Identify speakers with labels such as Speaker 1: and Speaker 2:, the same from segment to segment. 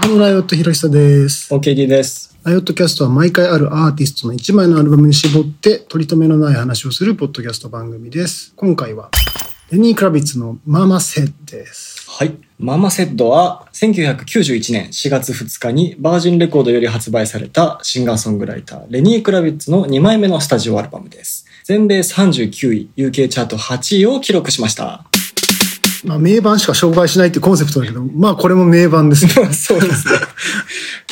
Speaker 1: 中村あよっとひろひさです。
Speaker 2: 大木木です。
Speaker 1: あよっとキャストは毎回あるアーティストの1枚のアルバムに絞って、取り留めのない話をするポッドキャスト番組です。今回は、デニー・クラビッツのママセッです。
Speaker 2: はい。ママセッドは1991年4月2日にバージンレコードより発売されたシンガーソングライターレニー・クラビッツの2枚目のスタジオアルバムです。全米39位、UK チャート8位を記録しま した。
Speaker 1: まあ、名盤しか紹介しないっていうコンセプトだけど、まあ、これも名盤ですね。
Speaker 2: そうですね。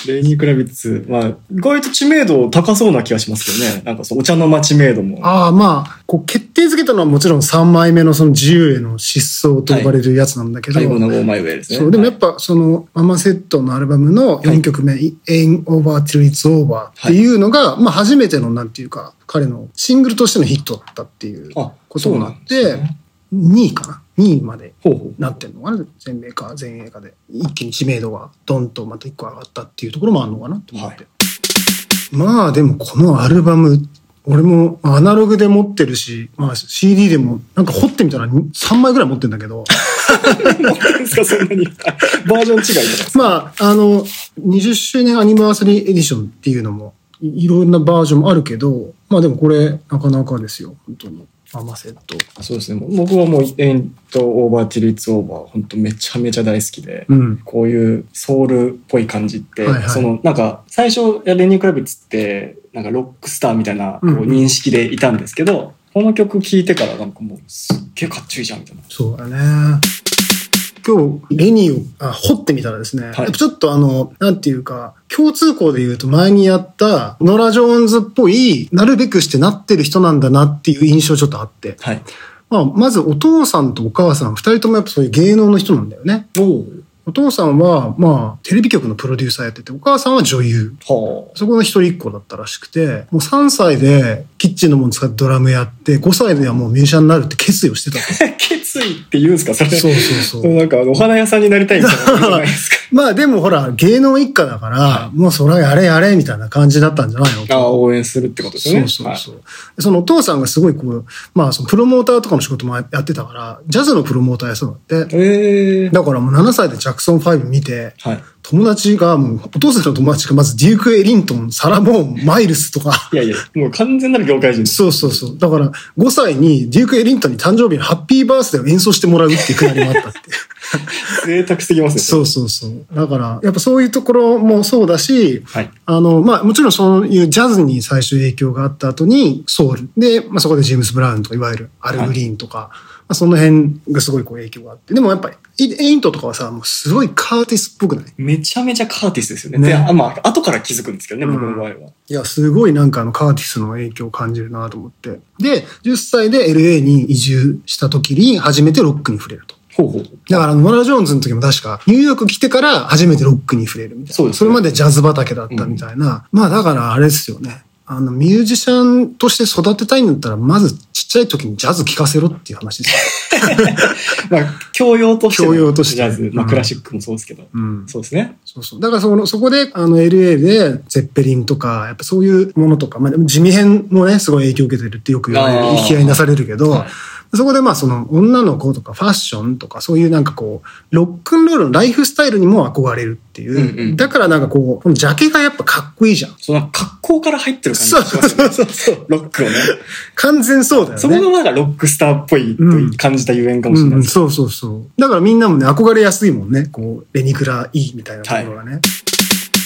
Speaker 2: レニー・クラビッツ、まあ、意外と知名度高そうな気がしますけどね。なんかそう、お茶の間知名度も。
Speaker 1: ああ、まあ、こう、決定づけたのはもちろん3枚目のその自由への失踪と呼ばれるやつなんだけど、
Speaker 2: 最後のゴーマイウェイですね。
Speaker 1: そう、でもやっ
Speaker 2: はい
Speaker 1: ぱその、ママセットのアルバムの4曲目、Ain't Over Till It's Over っていうのが、まあ初めてのなんていうか、彼のシングルとしてのヒットだったっていう
Speaker 2: あ
Speaker 1: ことになっ
Speaker 2: そうな
Speaker 1: て、
Speaker 2: んですね
Speaker 1: 2位かな ?2 位まで
Speaker 2: ほうほう。
Speaker 1: なってんのかな全米か全映画で。一気に知名度がドンとまた1個上がったっていうところもあるのかなって思って。まあでもこのアルバム、俺もアナログで持ってるし、まあ CD でもなんか掘ってみたら3枚ぐらい持ってんだけど、
Speaker 2: 持ってるんですか、そ んなに。バージョン違いじゃないですか。
Speaker 1: まあ、あの、20周年アニバーサリーエディションっていうのも、いいろんなバージョンもあるけど、まあでもこれ、なかなかですよ、本当に。ママセット。
Speaker 2: そうですね。僕はもう、エントオーバーティリッツオーバー、本当めちゃめちゃ大好きで、
Speaker 1: うん。
Speaker 2: こういうソウルっぽい感じって、
Speaker 1: はいはい
Speaker 2: その、なんか、最初、レニー・クラビッツって、なんかロックスターみたいなこう
Speaker 1: うんうん
Speaker 2: 認識でいたんですけど、この曲聴いてからなんかもう、すっげえかっちょいいじゃん、みたいな。
Speaker 1: そうだね。今日、レニーをあ掘ってみたらですね、
Speaker 2: い
Speaker 1: やっぱちょっとあの、なんていうか、共通項で言うと前にやった、ノラ・ジョーンズっぽい、なるべくしてなってる人なんだなっていう印象ちょっとあって。
Speaker 2: はい。
Speaker 1: まあ、まずお父さんとお母さん、二人ともやっぱそういう芸能の人なんだよね。
Speaker 2: お
Speaker 1: お父さんは、まあ、テレビ局のプロデューサーやってて、お母さんは女優。
Speaker 2: おは
Speaker 1: そこの一人っ子だったらしくて、もう3歳でキッチンのもの使ってドラムやって、5歳ではもうミュージシャンになるって決意をしてたと。
Speaker 2: あ。決意って言うんですか、 それ。
Speaker 1: そうそうそう。
Speaker 2: なんか、お花屋さんになりたいみたいなことじゃないですか。
Speaker 1: まあでもほら、芸能一家だから、もうそれはやれやれみたいな感じだったんじゃないの
Speaker 2: ああ、応援するってことですよね。
Speaker 1: そうそうそう。でそのお父さんがすごいこう、まあそのプロモーターとかの仕事もやってたから、ジャズのプロモーターやそうだって。
Speaker 2: はいええ
Speaker 1: だからもう7歳でジャクソン5見て、
Speaker 2: はい。
Speaker 1: 友達が、もう、お父さんの友達がまずデューク・エリントン、サラ・ボーン、マイルスとか。
Speaker 2: いやいや、もう完全なる業界人です。
Speaker 1: そうそうそう。だから、5歳にデューク・エリントンに誕生日のハッピーバースデーを演奏してもらうっていうくだりもあったっていう。
Speaker 2: 贅沢すぎますね。
Speaker 1: そうそうそう。だから、やっぱそういうところもそうだし、
Speaker 2: はい。
Speaker 1: あの、まあ、もちろんそういうジャズに最初影響があった後に、ソウル。で、まあ、そこでジェームス・ブラウンとか、いわゆるアル・グリーンとか、まあ、その辺がすごいこう影響があって。でもやっぱり、エイントとかはさ、もうすごいカーティスっぽくない
Speaker 2: めちゃめちゃカーティスですよね。
Speaker 1: ね
Speaker 2: で、あまあ、後から気づくんですけどね、
Speaker 1: うん
Speaker 2: 僕の場合は。
Speaker 1: いや、すごいなんかあのカーティスの影響を感じるなと思って。で、10歳で LA に移住した時に初めてロックに触れると。
Speaker 2: ほうほう。
Speaker 1: だから、ノラ・ジョーンズの時も確か、ニューヨーク来てから初めてロックに触れるみたいな。
Speaker 2: そうですね
Speaker 1: れまでジャズ畑だったみたいな。まあ、だからあれですよね。あの、ミュージシャンとして育てたいんだったら、まずちっちゃい時にジャズ聴かせろっていう話です
Speaker 2: まあ、教養としての。
Speaker 1: 教養として
Speaker 2: ジャズ。ま
Speaker 1: う
Speaker 2: あ、
Speaker 1: ん
Speaker 2: クラシックもそうですけど。
Speaker 1: よ。うん。
Speaker 2: そうですね。
Speaker 1: そうそう。だからその、そこで、あの、LA で、ゼッペリンとか、やっぱそういうものとか、まあ、でも地味編もね、すごい影響を受けてるってよく言われる
Speaker 2: あ、ー
Speaker 1: 引き合いになされるけど、
Speaker 2: はい
Speaker 1: そこでまあ、その、女の子とか、ファッションとか、そういうなんかこう、ロックンロールのライフスタイルにも憧れるっていう。
Speaker 2: うんうん
Speaker 1: だからなんかこう、このジャケがやっぱかっこいいじゃん。
Speaker 2: その格好から入ってる感じ
Speaker 1: そう
Speaker 2: がします
Speaker 1: そ
Speaker 2: よ
Speaker 1: う
Speaker 2: ね。
Speaker 1: そうそう。
Speaker 2: ロックをね。
Speaker 1: 完全そうだよね。
Speaker 2: そこがなんかロックスターっぽい
Speaker 1: うん
Speaker 2: と感じたゆえんかもし
Speaker 1: う
Speaker 2: れ
Speaker 1: ん
Speaker 2: な
Speaker 1: う
Speaker 2: い
Speaker 1: ん、
Speaker 2: です。
Speaker 1: そうそうそう。だからみんなもね、憧れやすいもんね。こう、レニクラいいみたいなところがね。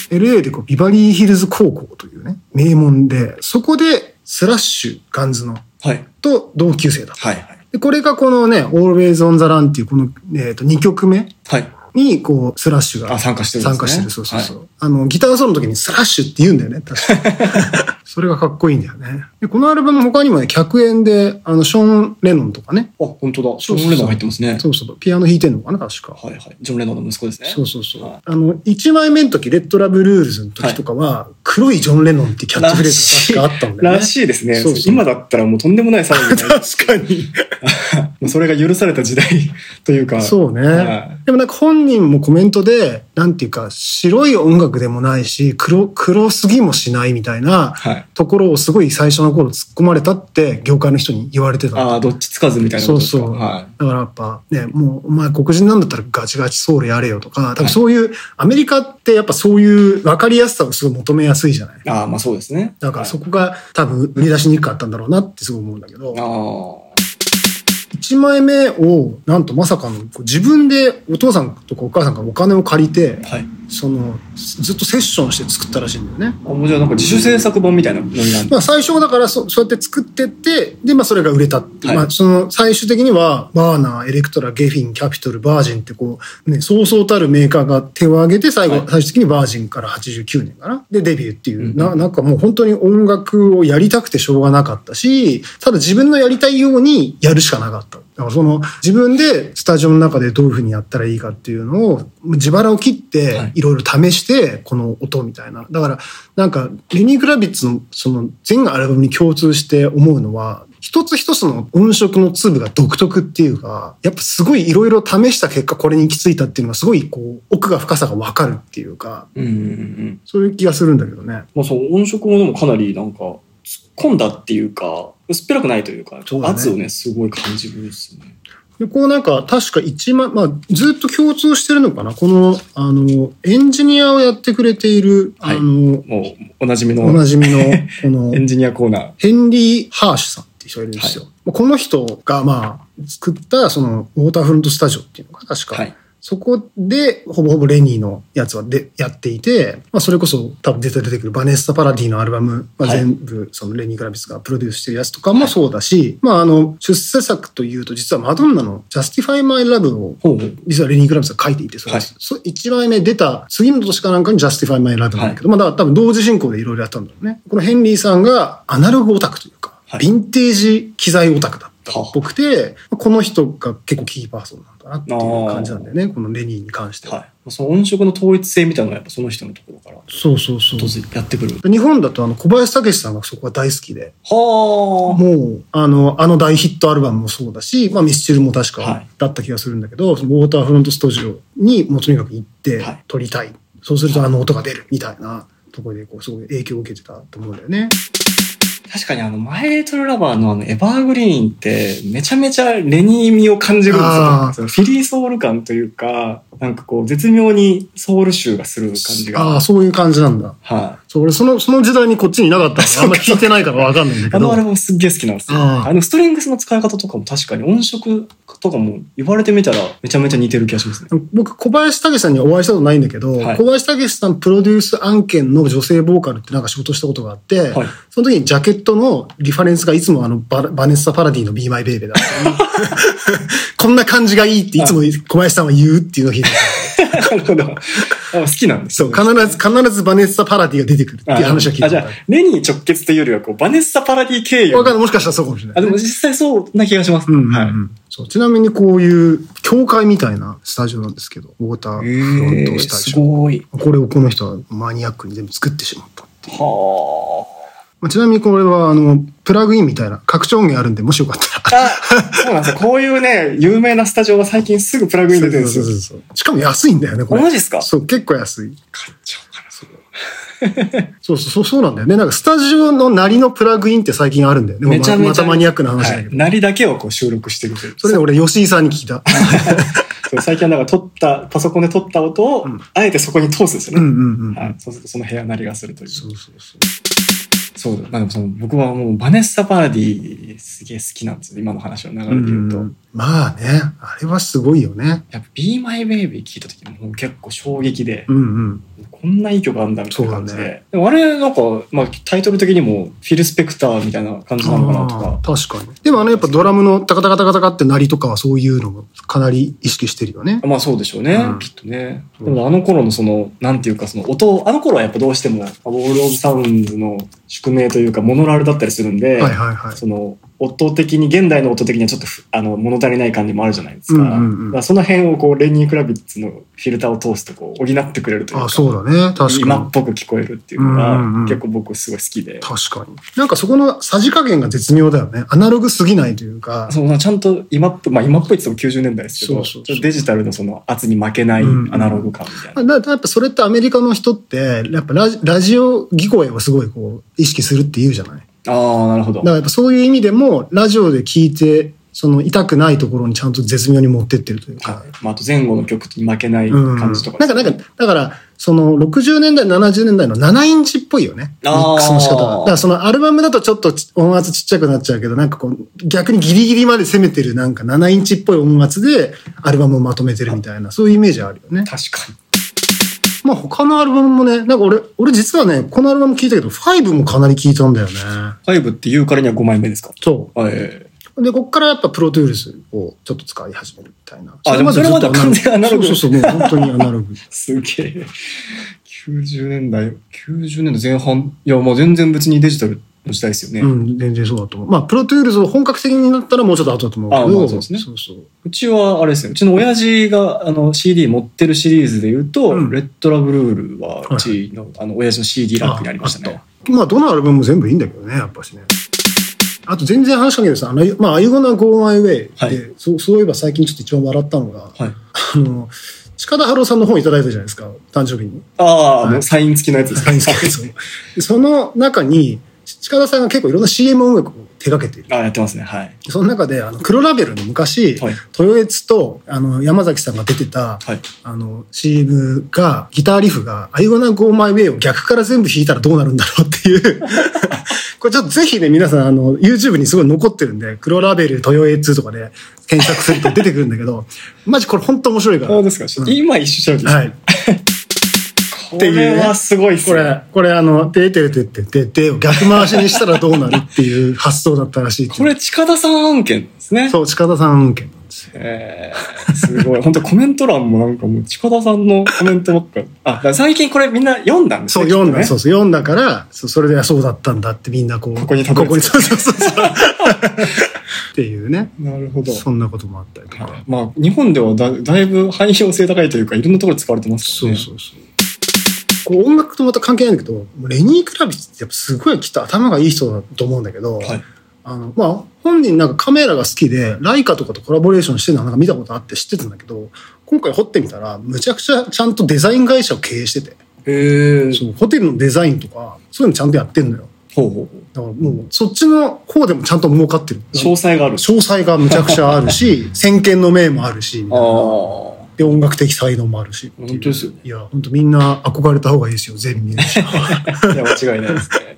Speaker 1: LA でこう、ビバリーヒルズ高校というね、名門で、そこでスラッシュ、ガンズの、
Speaker 2: はい。
Speaker 1: と同級生だった。
Speaker 2: はい。はい。
Speaker 1: で、これがこのね、Always on the Run っていうこの、えっ、と、2曲目
Speaker 2: はい。
Speaker 1: に、こう、スラッシュが
Speaker 2: あ、参加してるんですね。
Speaker 1: 参加してる。そうそうそう。
Speaker 2: はい。
Speaker 1: あの、ギターソロの時にスラッシュって言うんだよね、確かに。 それがかっこいいんだよね。で、このアルバム他にもね、100円で、あの、ショーン・レノンとかね、
Speaker 2: あ、本当だ。シ
Speaker 1: そ
Speaker 2: ョ
Speaker 1: うそう
Speaker 2: ーン・レノン入ってますね。
Speaker 1: そうそう、ピアノ弾いてんのかな、確か。
Speaker 2: はいはい。ジョン・レノンの息子ですね。
Speaker 1: そうそうそう。
Speaker 2: はい
Speaker 1: あの、1枚目の時、レッドラブルールズの時とかは、黒いジョン・レノンってキャッチフレーズが確かあったんだよね。
Speaker 2: らしいですね。
Speaker 1: そうそう
Speaker 2: 今だったらもうとんでもない騒ぎになる
Speaker 1: 確かに。
Speaker 2: もうそれが許された時代というか。
Speaker 1: そうね
Speaker 2: はい
Speaker 1: でもなんか本本人もコメントで、なんていうか、白い音楽でもないし、黒、黒すぎもしないみたいな
Speaker 2: はい。
Speaker 1: ところをすごい最初の頃突っ込まれたって、業界の人に言われてた。
Speaker 2: ああ、どっちつかずみたいなことですか。
Speaker 1: そうそう
Speaker 2: は
Speaker 1: だからやっぱね、もうお前黒人なんだったらガチガチソウルやれよとか、多分そういう、アメリカってやっぱそういう分かりやすさをすごい求めやすいじゃない
Speaker 2: い。ああ、まあそうですね。
Speaker 1: だからそこが多分売り出しにくかったんだろうなってすごい思うんだけど、
Speaker 2: はい
Speaker 1: 1枚目をなんとまさかの自分でお父さんとかお母さんからお金を借りて
Speaker 2: あ、あ。はい。
Speaker 1: そのずっとセッションして作ったらしいんだよね。
Speaker 2: あもうじゃあなんか自主制作版みたいなのにな んだ。
Speaker 1: まあ、最初はだからそそうやって作ってってで、まあ、それが売れたって、
Speaker 2: はい
Speaker 1: まあ、その最終的にはバーナーエレクトラゲフィンキャピトルバージンってこう、ね、そうそうたるメーカーが手を挙げて最後、
Speaker 2: はい
Speaker 1: 最終的にバージンから89年かなでデビューっていう、
Speaker 2: うん
Speaker 1: ななんかもう本当に音楽をやりたくてしょうがなかったしただ自分のやりたいようにやるしかなかった。だからその自分でスタジオの中でどういうふうにやったらいいかっていうのを自腹を切って、
Speaker 2: はい
Speaker 1: いろいろ試して、この音みたいな。だから、なんか、レニー・クラビッツの、その、全アルバムに共通して思うのは、一つ一つの音色の粒が独特っていうか、やっぱすごいいろいろ試した結果これに行き着いたっていうのはすごいこう、奥が深さがわかるっていうか、
Speaker 2: うんうんうん。
Speaker 1: そういう気がするんだけどね。
Speaker 2: まあその音色もでもかなりなんか突っ込んだっていうか、薄っぺらくないというか、
Speaker 1: そうだね
Speaker 2: 圧をね、すごい感じるですね。
Speaker 1: で、こうなんか、確か一万、まあ、ずっと共通してるのかなこの、あの、エンジニアをやってくれている、
Speaker 2: はい
Speaker 1: あの、
Speaker 2: もうおなじみ
Speaker 1: お
Speaker 2: の
Speaker 1: なじみ の、この
Speaker 2: エ、ンジニアコーナー。
Speaker 1: ヘンリー・ハーシュさんって人がいるんですよ。まあこの人が、まあ、作った、その、ウォーターフロントスタジオっていうのか、確か。
Speaker 2: はい。
Speaker 1: そこで、ほぼほぼレニーのやつはでやっていて、まあ、それこそ多分出て出てくるバネッサ・パラディのアルバム、まあ、
Speaker 2: はい
Speaker 1: 全部そのレニー・グラビスがプロデュースしてるやつとかもそうだし、まあ、あの、出世作というと、実はマドンナの Justify My Love を
Speaker 2: ほうほう。
Speaker 1: 実はレニー・グラムスが書いていて、それ、
Speaker 2: はい
Speaker 1: そ1枚目出た次の年かなんかに Justify My Love なんだけど、まあだから多分同時進行でいろいろやったんだろうね。このヘンリーさんがアナログオタクというか、
Speaker 2: はい
Speaker 1: ヴィンテージ機材オタクだったっ
Speaker 2: は
Speaker 1: ぽくて、この人が結構キーパーソンなんだなっていう感じなんだよね、このレニーに関しては。
Speaker 2: はい。その音色の統一性みたいなのはやっぱその人のところから
Speaker 1: そうそうそう。
Speaker 2: 突然やってくる。
Speaker 1: 日本だとあの小林武史さんがそこが大好きで、
Speaker 2: はあ。
Speaker 1: もう、あの、あの大ヒットアルバムもそうだし、まあミスチルも確
Speaker 2: は
Speaker 1: か
Speaker 2: い
Speaker 1: だった気がするんだけど、そのウォーターフロントスタジオにもうとにかく行って
Speaker 2: はい
Speaker 1: 撮りたい。そうするとあの音が出るみたいなところで、こう、すごい影響を受けてたと思うんだよね。
Speaker 2: 確かにあの、マイリトルラバーのあの、エバーグリーンって、めちゃめちゃレニー味を感じるんです
Speaker 1: あ
Speaker 2: よ
Speaker 1: ー。
Speaker 2: そのフィリーソウル感というか、なんかこう、絶妙にソウル臭がする感じが。
Speaker 1: あ
Speaker 2: は
Speaker 1: あ、
Speaker 2: い、
Speaker 1: そういう感じなんだ。そう、俺その、その時代にこっちにいなかったから、あんまり聞いてないからわかんないんだけ
Speaker 2: あの
Speaker 1: ど
Speaker 2: ア。ルバムすっげえ好きなんですよ。
Speaker 1: あ
Speaker 2: あ
Speaker 1: ー
Speaker 2: の、ストリングスの使い方とかも確かに音色とかも言われてみたらめちゃめちゃ似てる気がしますね。
Speaker 1: 僕、小林武史さんにはお会いしたことないんだけど、
Speaker 2: はい
Speaker 1: 小林武史さんプロデュース案件の女性ボーカルってなんか仕事したことがあって、
Speaker 2: はい。
Speaker 1: その時にジャケットのリファレンスがいつもあのババネッサ・パラディの Be My Baby だ ったのにこんな感じがいいっていつも小林さんは言うっていうのを聞いて、
Speaker 2: なるほど。あ好きなんです
Speaker 1: そ
Speaker 2: ね
Speaker 1: う、必ず、必ずバネッサ・パラディが出てくるっていう話は聞い
Speaker 2: あ、じ
Speaker 1: て
Speaker 2: ゃあ
Speaker 1: た。、
Speaker 2: レニー直結というよりは、こう、バネッサ・パラディ経由。
Speaker 1: わかんない、もしかしたらそうかもしれな
Speaker 2: あ、
Speaker 1: い
Speaker 2: で
Speaker 1: ね、
Speaker 2: も実際そうな気がします。
Speaker 1: うんうんうん
Speaker 2: はい。
Speaker 1: そうちなみにこういう教会みたいなスタジオなんですけど、ウォーターフロン
Speaker 2: え
Speaker 1: ト
Speaker 2: ー、
Speaker 1: スタ
Speaker 2: す
Speaker 1: ジオ。
Speaker 2: ごい。
Speaker 1: これをこの人はマニアックに全部作ってしまった。
Speaker 2: は
Speaker 1: まあ、ちなみにこれはあの、プラグインみたいな拡張音源あるんで、もしよかったら
Speaker 2: あ。あ、そうなんですよ。こういうね、有名なスタジオは最近すぐプラグイン出てるんですよ。
Speaker 1: そうそうそうそうしかも安いんだよね、これ。
Speaker 2: あマジっすか
Speaker 1: そう、結構安い。
Speaker 2: 買っちゃおうかな、それ
Speaker 1: そうそうそう、そうなんだよね。なんかスタジオのなりのプラグインって最近あるんだよね。
Speaker 2: めちゃめちゃ
Speaker 1: またまたマニアックな話だけど。
Speaker 2: はい。なりだけをこう収録してるという。
Speaker 1: それで俺、吉井さんに聞いた。
Speaker 2: そう最近はなんか撮った、パソコンで撮った音を、
Speaker 1: うん
Speaker 2: あえてそこに通すんです
Speaker 1: う
Speaker 2: よ
Speaker 1: んう
Speaker 2: ね。
Speaker 1: んうん。
Speaker 2: はい。そうするとその部屋なりがするという。
Speaker 1: そうそうそう。
Speaker 2: そうだ。まあでもその僕はもうバネッサ・パラディすげえ好きなんですよ。今の話の流れで言うと。
Speaker 1: うんまあね、あれはすごいよね。
Speaker 2: やっぱ Be My Baby 聞いた時もう結構衝撃で、
Speaker 1: うんうん。
Speaker 2: こんないい曲あんだみたいな感じで。
Speaker 1: そうだ
Speaker 2: でもあれなんか、まあタイトル的にもフィル・スペクターみたいな感じなのかなと
Speaker 1: あ
Speaker 2: か。
Speaker 1: ー確かに。でもあの、やっぱドラムのタカタカタカタカって鳴りとかはそういうのもかなり意識してるよね。
Speaker 2: まあそうでしょうね、
Speaker 1: うん
Speaker 2: きっとね。でもあの頃のその、なんていうかその音を、あの頃はやっぱどうしても、ウォール・オブ・サウンズの宿命というかモノラルだったりするんで、
Speaker 1: はいはいはい。
Speaker 2: その音的に、現代の音的にはちょっとふあの物足りない感じもあるじゃないですか。
Speaker 1: うんうんうん
Speaker 2: だからその辺をこう、レニー・クラビッツのフィルターを通すとこう、補ってくれるというか。
Speaker 1: あ、そうだね。確か
Speaker 2: 今っ
Speaker 1: に。
Speaker 2: ぽく聞こえるっていうのが、
Speaker 1: うんうんうん
Speaker 2: 結構僕すごい好きで。
Speaker 1: 確かに。なんかそこのさじ加減が絶妙だよね。アナログすぎないというか。
Speaker 2: そのちゃんと今っぽい、まあ今っぽいって言っても90年代ですけど、
Speaker 1: そうそうそう
Speaker 2: ちょっとデジタルのその圧に負けないア
Speaker 1: うんうん
Speaker 2: ナログ感みたいな。
Speaker 1: だだやっぱそれってアメリカの人って、やっぱラジラジオ技声をすごいこう意識するって言うじゃない。
Speaker 2: ああ、なるほど
Speaker 1: だか。らやっぱそういう意味でも、ラジオで聞いて、その痛くないところにちゃんと絶妙に持ってってるというか
Speaker 2: は。いまあ、あと前後の曲に負けない
Speaker 1: うん
Speaker 2: 感じとか、
Speaker 1: なんか、なんか、だから、その60年代、70年代の7インチっぽいよね。ミ
Speaker 2: あー
Speaker 1: ックスの仕方が。だからそのアルバムだとちょっとち音圧ちっちゃくなっちゃうけど、なんかこう、逆にギリギリまで攻めてるなんか7インチっぽい音圧でアルバムをまとめてるみたいな、そういうイメージあるよね。
Speaker 2: 確かに。
Speaker 1: まあ他のアルバムもね、なんか俺、俺実はね、このアルバム聞いたけど、5もかなり聞いたんだよね。
Speaker 2: 5って言うからには5枚目ですか
Speaker 1: そ
Speaker 2: はい。え
Speaker 1: う。で、こっからやっぱプロトゥールスをちょっと使い始めるみたいな。
Speaker 2: あでもそれまだ完全アナログ
Speaker 1: そうそうそう、もう本当にアナログ。
Speaker 2: えすげえ。90年代、90年代前半。いや、まあ全然別にデジタルの時代ですよね。
Speaker 1: うん、全然そうだと思う。まあ、プロトゥールズを本格的になったらもうちょっと後だと思うけど。
Speaker 2: あまあそうですね
Speaker 1: そうそう。
Speaker 2: うちはあれですね、うちの親父があの CD 持ってるシリーズで言うと、
Speaker 1: うん
Speaker 2: レッドラブルールはうちの,、あの親父の CD ラックにありましたね。
Speaker 1: あ。あとまあ、どのアルバムも全部いいんだけどね、やっぱしね。あと全然話しかけてさ、あの、まあ、Are You Gonna Go My Way で、
Speaker 2: はい
Speaker 1: そうそういえば最近ちょっと一番笑ったのが、
Speaker 2: はい。
Speaker 1: あの、近田春夫さんの本いただいたじゃないですか、誕生日に。
Speaker 2: ああ、
Speaker 1: はい
Speaker 2: もうサイン付きのやつですか。
Speaker 1: サイン付きのやつをで その中に、近田さんが結構いろんな CM 音楽を手掛けている。
Speaker 2: ああ、やってますね。はい。
Speaker 1: その中で、あの、黒ラベルの昔、
Speaker 2: はい。
Speaker 1: 豊悦と、あの、山崎さんが出てた、
Speaker 2: はい。
Speaker 1: あの、CM が、ギターリフが、I wanna go my way を逆から全部弾いたらどうなるんだろうっていう。 これちょっとぜひね、皆さん、あの、YouTube にすごい残ってるんで、黒ラベル、トヨエ2とかで検索すると出てくるんだけど、 マジこれ本当面白いか
Speaker 2: そう
Speaker 1: ら。
Speaker 2: ですか。ちょっと今一緒じゃな
Speaker 1: はいい。
Speaker 2: ですか。
Speaker 1: っていうね
Speaker 2: これはすごいっす
Speaker 1: こ
Speaker 2: ね。
Speaker 1: れ、これあの、てーてーてーてーてーてーを逆回しにしたらどうなるっていう発想だったらしいっていう
Speaker 2: これ、近田さん案件なんですね。
Speaker 1: そう、近田さん案件なんですよ。
Speaker 2: えー、すごい。本当コメント欄もなんかもう、近田さんのコメントばっかり。あ、だから最近これみんな読んだんです
Speaker 1: そう、
Speaker 2: ね。
Speaker 1: 読んだ、
Speaker 2: きっと
Speaker 1: そうそう、読んだから、そそれであそうだったんだってみんなこう、
Speaker 2: ここにたど
Speaker 1: こ
Speaker 2: り着
Speaker 1: こ
Speaker 2: く
Speaker 1: に、そうそうそうそう。 っていうね。
Speaker 2: ね。なるほど。
Speaker 1: そんなこともあったりとか。
Speaker 2: はいまあ、日本ではだだいぶ汎用性高いというか、いろんなところで使われてますか
Speaker 1: そ
Speaker 2: ら
Speaker 1: う
Speaker 2: ね。
Speaker 1: そうそう。こう音楽とまた関係ないんだけど、レニー・クラビッツってやっぱすごいきっと頭がいい人だと思うんだけど、
Speaker 2: はい。
Speaker 1: あの、まあ、本人なんかカメラが好きで、ライカとかとコラボレーションしてるのはなんか見たことあって知ってたんだけど、今回掘ってみたら、むちゃくちゃちゃんとデザイン会社を経営してて、
Speaker 2: へえ。
Speaker 1: そうホテルのデザインとか、そういうのちゃんとやってんのよ。
Speaker 2: ほうほうほう。
Speaker 1: だからもう、そっちの方でもちゃんと儲かってる。
Speaker 2: 詳細がある。
Speaker 1: 詳細がむちゃくちゃある し、先見の明もあるし、み
Speaker 2: あ
Speaker 1: たいな。
Speaker 2: あ。
Speaker 1: で、音楽的才能もあるしっていう。
Speaker 2: 本当ですよね
Speaker 1: いや、本当みんな憧れた方がいいですよ、ゼミミュ ージシャンは
Speaker 2: いや、間違いないですね。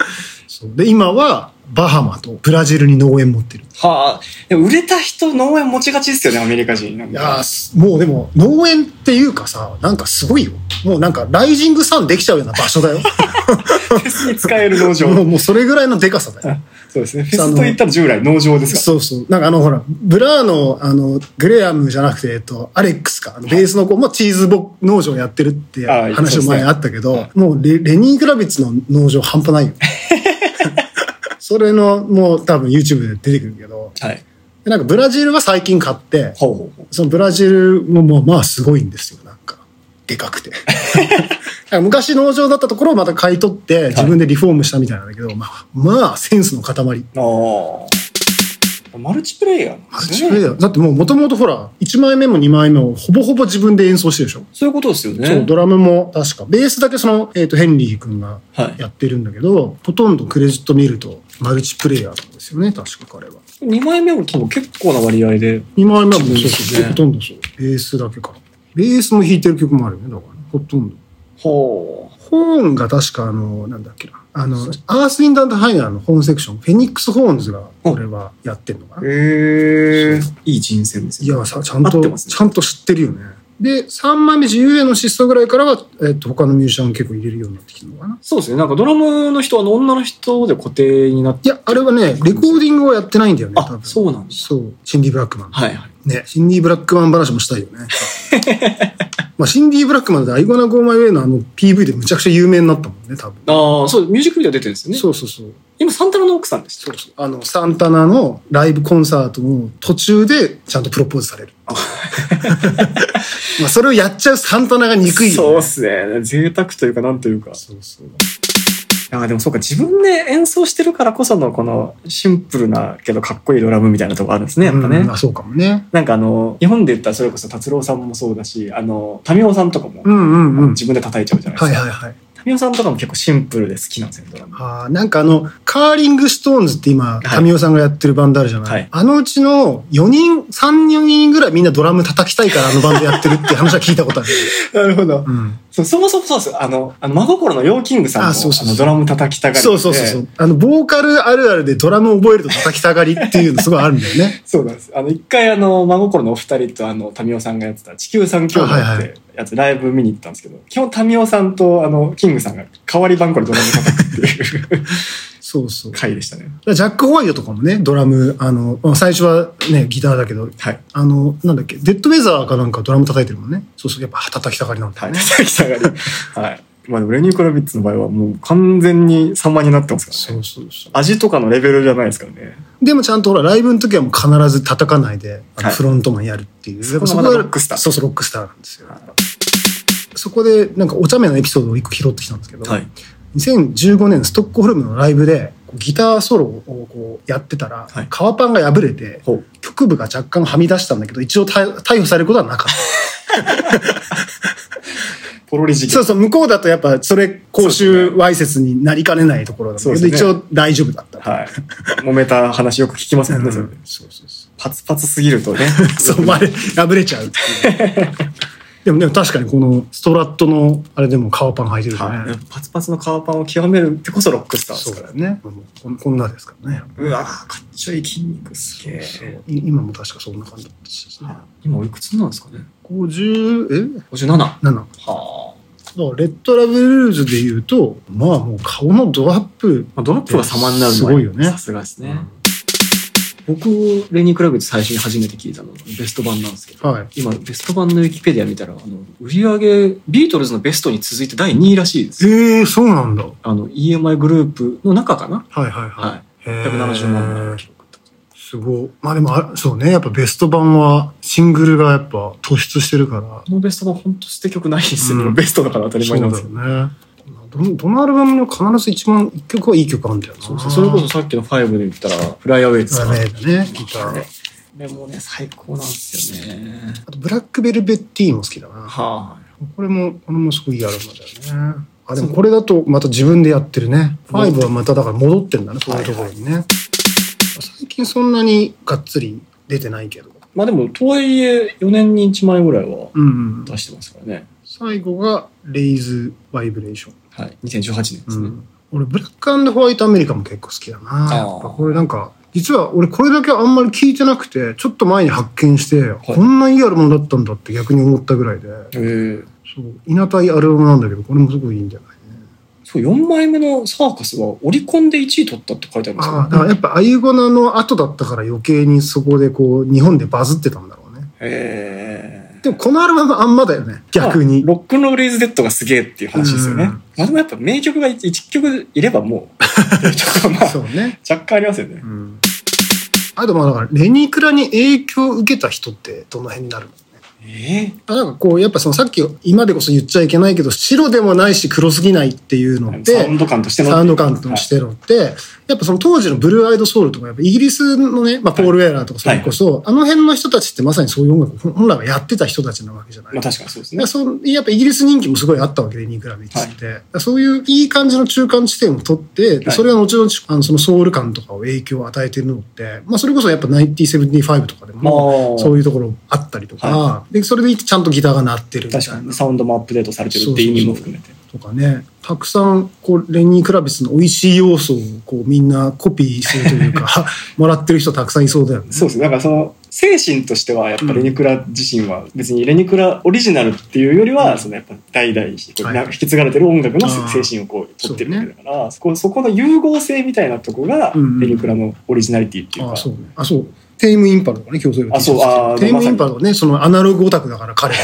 Speaker 1: そうで、今は、バハマとブラジルに農園持ってる。
Speaker 2: はあ。でも売れた人、農園持ちがちですよね、アメリカ人。なん
Speaker 1: い
Speaker 2: か
Speaker 1: やー、すもうでも、農園っていうかさ、なんかすごいよ。もうなんか、ライジングサンできちゃうような場所だよ。
Speaker 2: フェスに使える農 場。
Speaker 1: もう、もうそれぐらいのでかさだよ。
Speaker 2: そうですね。フェスといったら従来農場ですか
Speaker 1: そうそう。なんかあの、ほら、ブラーの、あの、グレアムじゃなくて、えっと、アレックスか、あのベースの子もチーズボ農場やってるって
Speaker 2: あー
Speaker 1: 話を前
Speaker 2: そうですね
Speaker 1: あったけど、
Speaker 2: は
Speaker 1: もうレレニー・グラビッツの農場半端ない よ。それの、もう多分 YouTube で出てくるけど、
Speaker 2: ら。はい。
Speaker 1: でなんかブラジルは最近買って、
Speaker 2: ほうほうほう。
Speaker 1: そのブラジルももうまあすごいんですよ、なんか。でかく て。なんか昔農場だったところをまた買い取って、自分でリフォームしたみたいなんだけど、まあ、まあセンスの塊。
Speaker 2: ああ。マルチプレイヤーなん
Speaker 1: マル
Speaker 2: ですね
Speaker 1: チプレイヤーだってもうもともとほら、1枚目も2枚目もほぼほぼ自分で演奏してるでしょ。
Speaker 2: そういうことですよね。
Speaker 1: そう、ドラムも確か。ベースだけその、えっ、と、ヘンリー君が
Speaker 2: はい。
Speaker 1: やってるんだけど、ほとんどクレジット見るとマルチプレイヤーなんですよね、確か彼は。
Speaker 2: 2枚目も多分結構な割合で。
Speaker 1: 2枚目もそう
Speaker 2: そうです
Speaker 1: そう、
Speaker 2: ね
Speaker 1: ほとんどそう。ベースだけかな。ベースも弾いてる曲もあるよね、だからね、ほとんど。
Speaker 2: ほう。
Speaker 1: ホーンが確かあの、なんだっけな。あの、アース・インダント・ハイナーのホーンセクション、フェニックス・ホーンズが、これはやってんのかな。
Speaker 2: へえ。いい人選です
Speaker 1: い
Speaker 2: よ。
Speaker 1: や、さちゃん
Speaker 2: 合って
Speaker 1: と、
Speaker 2: ますね
Speaker 1: ちゃんと知ってるよね。で、3枚目、u への疾走ぐらいからは、えっと、他のミュージシャン結構入れるようになってきたのかな。
Speaker 2: そうですね。なんかドラムの人はあの女の人で固定になっ
Speaker 1: い
Speaker 2: て。
Speaker 1: や、あれはね、レコーディングをやってないんだよね、多
Speaker 2: あ、
Speaker 1: 分。
Speaker 2: そうなんです。
Speaker 1: そう。シンディ・ブラックマン。
Speaker 2: はいはい。
Speaker 1: ね、シンディ・ブラックマン話もしたいよ ね。まあ、シンディ・ブラックマンで、アイゴナ・ゴーマイ・ウェイのあの PV でむちゃくちゃ有名になったもんね、多分。
Speaker 2: ああ、そう、ミュージックビデオ出てるんですよね。
Speaker 1: そうそうそう。
Speaker 2: 今、サンタナの奥さんでした。
Speaker 1: そうそう。あの、サンタナのライブコンサートの途中でちゃんとプロポーズされる。 まあ、それをやっちゃうサンタナが憎い
Speaker 2: そう
Speaker 1: よ、ね。
Speaker 2: っすね。贅沢というか、なんというか。
Speaker 1: そうそう。
Speaker 2: ああ、でもそうか、自分で演奏してるからこその、このシンプルなけどかっこいいドラムみたいなとこあるんですね、やっぱね。
Speaker 1: うんあそうかもね。
Speaker 2: なんかあの、日本で言ったらそれこそ達郎さんもそうだし、あの、民生さんとかも、
Speaker 1: うんうんうん。
Speaker 2: 自分で叩いちゃうじゃないです
Speaker 1: はい
Speaker 2: か。
Speaker 1: はいはい。
Speaker 2: 民生さんとかも結構シンプルで好きなんですよね、ドラム。
Speaker 1: あーなんかあの、カーリングストーンズって今、
Speaker 2: はい
Speaker 1: 民生さんがやってるバンドあるじゃない、
Speaker 2: はい
Speaker 1: あのうちの4人、3、4人ぐらいみんなドラム叩きたいからあのバンドやってるって話は聞いたことある。
Speaker 2: なるほど。
Speaker 1: うん、
Speaker 2: そうそもそもそうです。あの、あの真心のヨーキングさんも
Speaker 1: あそうそうそう
Speaker 2: あのドラム叩きたがりで。
Speaker 1: そうそうそうそう。あの、ボーカルあるあるでドラム覚えると叩きたがりっていうのすごいあるんだよね
Speaker 2: そうなんです。あの、一回あの、真心のお二人とあの、民生さんがやってた地球三兄弟
Speaker 1: あはい
Speaker 2: っ
Speaker 1: は
Speaker 2: てやつ、ライブ見に行ったんですけど、基本民生さんとあの、キングさんが代わり番こでドラム叩くっていう
Speaker 1: そうそう。
Speaker 2: 回でしたね。
Speaker 1: ジャック・ホワイトとかもね、ドラム、あの、まあ最初はね、ギターだけど、
Speaker 2: はい。
Speaker 1: あの、なんだっけ、デッドウェザーかなんかドラム叩いてるもんね。そうそう、やっぱ叩きたがりなんだ
Speaker 2: は
Speaker 1: よ
Speaker 2: い。
Speaker 1: ね。
Speaker 2: 叩きたがり。はい。まあ、レニー・クラビッツの場合はもう完全に様になってますから
Speaker 1: そ
Speaker 2: ね。
Speaker 1: うそうそう。
Speaker 2: 味とかのレベルじゃないですからね。
Speaker 1: でもちゃんとほら、ライブの時はもう必ず叩かないで、あの
Speaker 2: はい
Speaker 1: フロントマンやるっていう。やっぱ
Speaker 2: そこがまだロックスター
Speaker 1: そうそう、ロックスターなんですよ。そこで、なんかお茶目なエピソードを一個拾ってきたんですけど、
Speaker 2: はい。
Speaker 1: 2015年ストックホルムのライブで、こうギターソロをこうやってたら、
Speaker 2: はい
Speaker 1: 革パンが破れて、
Speaker 2: ほう。
Speaker 1: 局部が若干はみ出したんだけど、一応逮逮捕されることはな かった。
Speaker 2: ポロリ事件。
Speaker 1: そうそう、向こうだとやっぱそれ公
Speaker 2: そうで
Speaker 1: 衆
Speaker 2: す
Speaker 1: わいせつになりかねないところだけ
Speaker 2: そう
Speaker 1: ど、
Speaker 2: ですね
Speaker 1: 一応大丈夫だった。
Speaker 2: はい。揉めた話よく聞きますもん
Speaker 1: う
Speaker 2: ね、
Speaker 1: ん
Speaker 2: それ
Speaker 1: そうそうそう。
Speaker 2: パツパツすぎる とね。
Speaker 1: そう、まれ、破れちゃうっていう。でもね、確かにこのストラットの、あれでも革パン履いてるよね。
Speaker 2: はい、パツパツの革パンを極めるってこそロックスターです
Speaker 1: そう
Speaker 2: か
Speaker 1: だ
Speaker 2: ら
Speaker 1: よ
Speaker 2: ね。
Speaker 1: ね。もうこんこんなですからね。
Speaker 2: うわーかっちょいい筋肉すげえ。
Speaker 1: そうい今も確かそんな感じだったし、ね。
Speaker 2: 今おいくつなんですかね
Speaker 1: 50、え
Speaker 2: ?57。は
Speaker 1: ?7。だか
Speaker 2: あ。
Speaker 1: ら、レッドラブルーズで言うと、まあもう顔のドアップ、
Speaker 2: まあ、ドロップが様になるのは
Speaker 1: すごいよね
Speaker 2: さすがですね。僕、レニー・クラブって最初に初めて聞いたのがベスト版なんですけど、
Speaker 1: はい。
Speaker 2: 今、ベスト版のウィキペディア見たら、あの、売り上げ、ビートルズのベストに続いて第2位らしいです。
Speaker 1: ええそうなんだ。はい
Speaker 2: あの、EMI グループの中かな
Speaker 1: はいはい。
Speaker 2: はい。
Speaker 1: へえ
Speaker 2: 170万枚の記録ってこと
Speaker 1: すごい。まあでもあ、そうね。やっぱベスト版は、シングルがやっぱ突出してるから、
Speaker 2: このベスト版本当捨て曲ないですよ、
Speaker 1: うん
Speaker 2: ベストだから当たり前なんです
Speaker 1: そ
Speaker 2: よ
Speaker 1: うだよね。どどのアルバムにも必ず一番一曲はいい曲あるんだよな。
Speaker 2: そうそうそれこそさっきの5で言ったら「フライアウェイ」です
Speaker 1: ダ
Speaker 2: から
Speaker 1: メだね、ギター。
Speaker 2: でもね最高なんですよね
Speaker 1: あと、ブラックベルベッティーも好きだな。
Speaker 2: は
Speaker 1: これも、これもすごいいいアルバムだよね。あ、でもこれだとまた自分でやってるね。
Speaker 2: 戻って
Speaker 1: 5はまただから戻ってんだね、そういうところにね。最近そんなにがっつり出てないけど。
Speaker 2: いまあでもとはいえ4年に1枚ぐらいは
Speaker 1: うんうん。
Speaker 2: 出してますからね
Speaker 1: 最後が、レイズ・バイブレーション。
Speaker 2: はい2018年ですね、
Speaker 1: 俺、ブラックホワイトアメリカも結構好きだな。
Speaker 2: あー
Speaker 1: やっぱこれなんか、実は俺これだけあんまり聞いてなくて、ちょっと前に発見して、こんないいアルバムだったんだって逆に思ったぐらいで、
Speaker 2: えー
Speaker 1: そう、いなたいアルバムなんだけど、これもすごいいいんじゃない
Speaker 2: そう4枚目のサーカスはオリコンで1位取ったって書いてあります
Speaker 1: ああ、だ
Speaker 2: よ
Speaker 1: からやっぱアイゴナの後だったから余計にそこでこう、日本でバズってたんだろうね。
Speaker 2: え
Speaker 1: でもこのアルバムあんまだよね、逆に。
Speaker 2: ロックンロールイズデッドがすげえっていう話ですよね、
Speaker 1: うん
Speaker 2: まあでもやっぱ名曲が 1, 曲いればもうっ ていうとこはま
Speaker 1: そうね。
Speaker 2: あ若干ありますよね
Speaker 1: あとまあだから、レニクラに影響を受けた人ってどの辺になるの
Speaker 2: ええ
Speaker 1: あなんかこう、やっぱそのさっき、今でこそ言っちゃいけないけど、白でもないし黒すぎないっていうのっ
Speaker 2: サウ
Speaker 1: て
Speaker 2: ン、ド感としての
Speaker 1: サウンド感としてのって、やっぱその当時のブルーアイドソウルとか、やっぱイギリスのね、まあ、ポール・ウェーラーとかそれこそ、あの辺の人たちってまさにそういう音楽を本来はやってた人たちなわけじゃない。
Speaker 2: まあ確かにそうです
Speaker 1: だか
Speaker 2: ね
Speaker 1: ら。そのやっぱイギリス人気もすごいあったわけで、ニークラビッチって。だからそういういい感じの中間地点を取って、で
Speaker 2: はい
Speaker 1: それが後々あのそのソウル感とかを影響を与えてるのって、まあそれこそやっぱ1975とかでも、
Speaker 2: ああ、
Speaker 1: そういうところあったりとか、
Speaker 2: は
Speaker 1: で、それでちゃんとギターが鳴ってるみたい
Speaker 2: 確か
Speaker 1: な
Speaker 2: にサウンドもアップデートされてるっていう意味も含めて。
Speaker 1: とかね、たくさん、こう、レニー・クラビスの美味しい要素を、こう、みんなコピーするという か、もらってる人たくさんいそうだよね。
Speaker 2: そうですね。だからその精神としてはやっぱ
Speaker 1: うん
Speaker 2: レニクラ自身は別にレニクラオリジナルっていうよりは、そのやっぱ代々こう
Speaker 1: はい
Speaker 2: な引き継がれてる音楽の
Speaker 1: あ
Speaker 2: 精
Speaker 1: ー
Speaker 2: 神をこう取ってるわけだから、そこそこの融合性みたいなとこが
Speaker 1: うんうん
Speaker 2: レニクラのオリジナリティっていう
Speaker 1: あ
Speaker 2: か。
Speaker 1: あ、そうね。あ、そう。テイム・インパルとかね、競争
Speaker 2: あそうあー
Speaker 1: テイム・インパルとかね、そのアナログオタクだから彼は。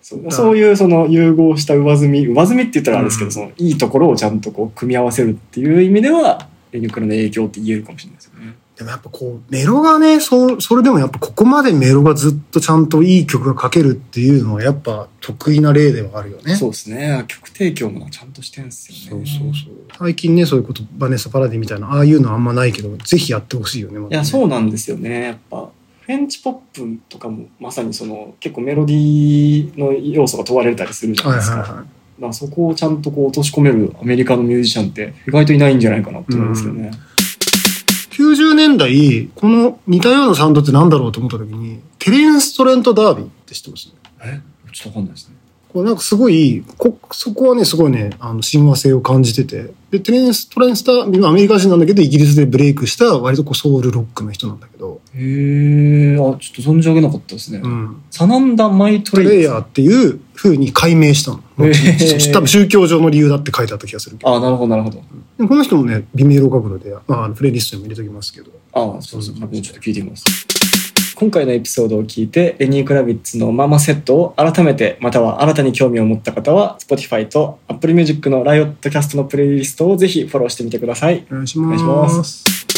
Speaker 2: そうそういうその融合した上積み上積みって言ったらあれですけ
Speaker 1: う
Speaker 2: ど、
Speaker 1: ん
Speaker 2: そのいいところをちゃんとこう組み合わせるっていう意味ではレニクラの影響って言えるかもしれないですよね。
Speaker 1: でもやっぱこう、メロがね、そう、それでもやっぱここまでメロがずっとちゃんといい曲が書けるっていうのはやっぱ得意な例ではあるよね。
Speaker 2: そうですね曲提供もちゃんとしてるんですよね。
Speaker 1: そう。最近ね、そういうこと、バネッサ・パラディみたいな、ああいうのあんまないけど、ぜひやってほしいよね、またね
Speaker 2: いやそうなんですよねやっぱフレンチポップとかもまさにその結構メロディーの要素が問われたりするじゃな
Speaker 1: はいい
Speaker 2: ですか,、
Speaker 1: はいは
Speaker 2: だからそこをちゃんとこう落とし込めるアメリカのミュージシャンって意外といないんじゃないかなって思うんですけどね、
Speaker 1: い。90年代、この似たようなサウンドってなんだろうと思った時に、テレンス・トレント・ダービーって知ってます
Speaker 2: えちょっとわかんないですね
Speaker 1: これなんかすごいこそこはねすごいねあの親和性を感じててでテレンス・トレンスター今アメリカ人なんだけどイギリスでブレイクした割とこうソウルロックの人なんだけど、
Speaker 2: へえあちょっと存じ上げなかったですね、
Speaker 1: うん、
Speaker 2: サナンダマイト
Speaker 1: プ
Speaker 2: レ
Speaker 1: レ
Speaker 2: イ
Speaker 1: イ
Speaker 2: ヤー
Speaker 1: ヤーっていうふうに解明したの、
Speaker 2: へー
Speaker 1: 多分宗教上の理由だって書いてあった気がするけど
Speaker 2: あなるほどなるほど
Speaker 1: でもこの人もね微妙ロ角度で、まあ、あのプレイリストにも入れときますけど
Speaker 2: ああ、そうですね。ちょっと聞いてみます。今回のエピソードを聞いて、レニー・クラビッツのママセットを改めて、または新たに興味を持った方は、Spotify と Apple Music のライオットキャストのプレイリストをぜひフォローしてみてください。
Speaker 1: お願いし
Speaker 2: お願いしま
Speaker 1: ます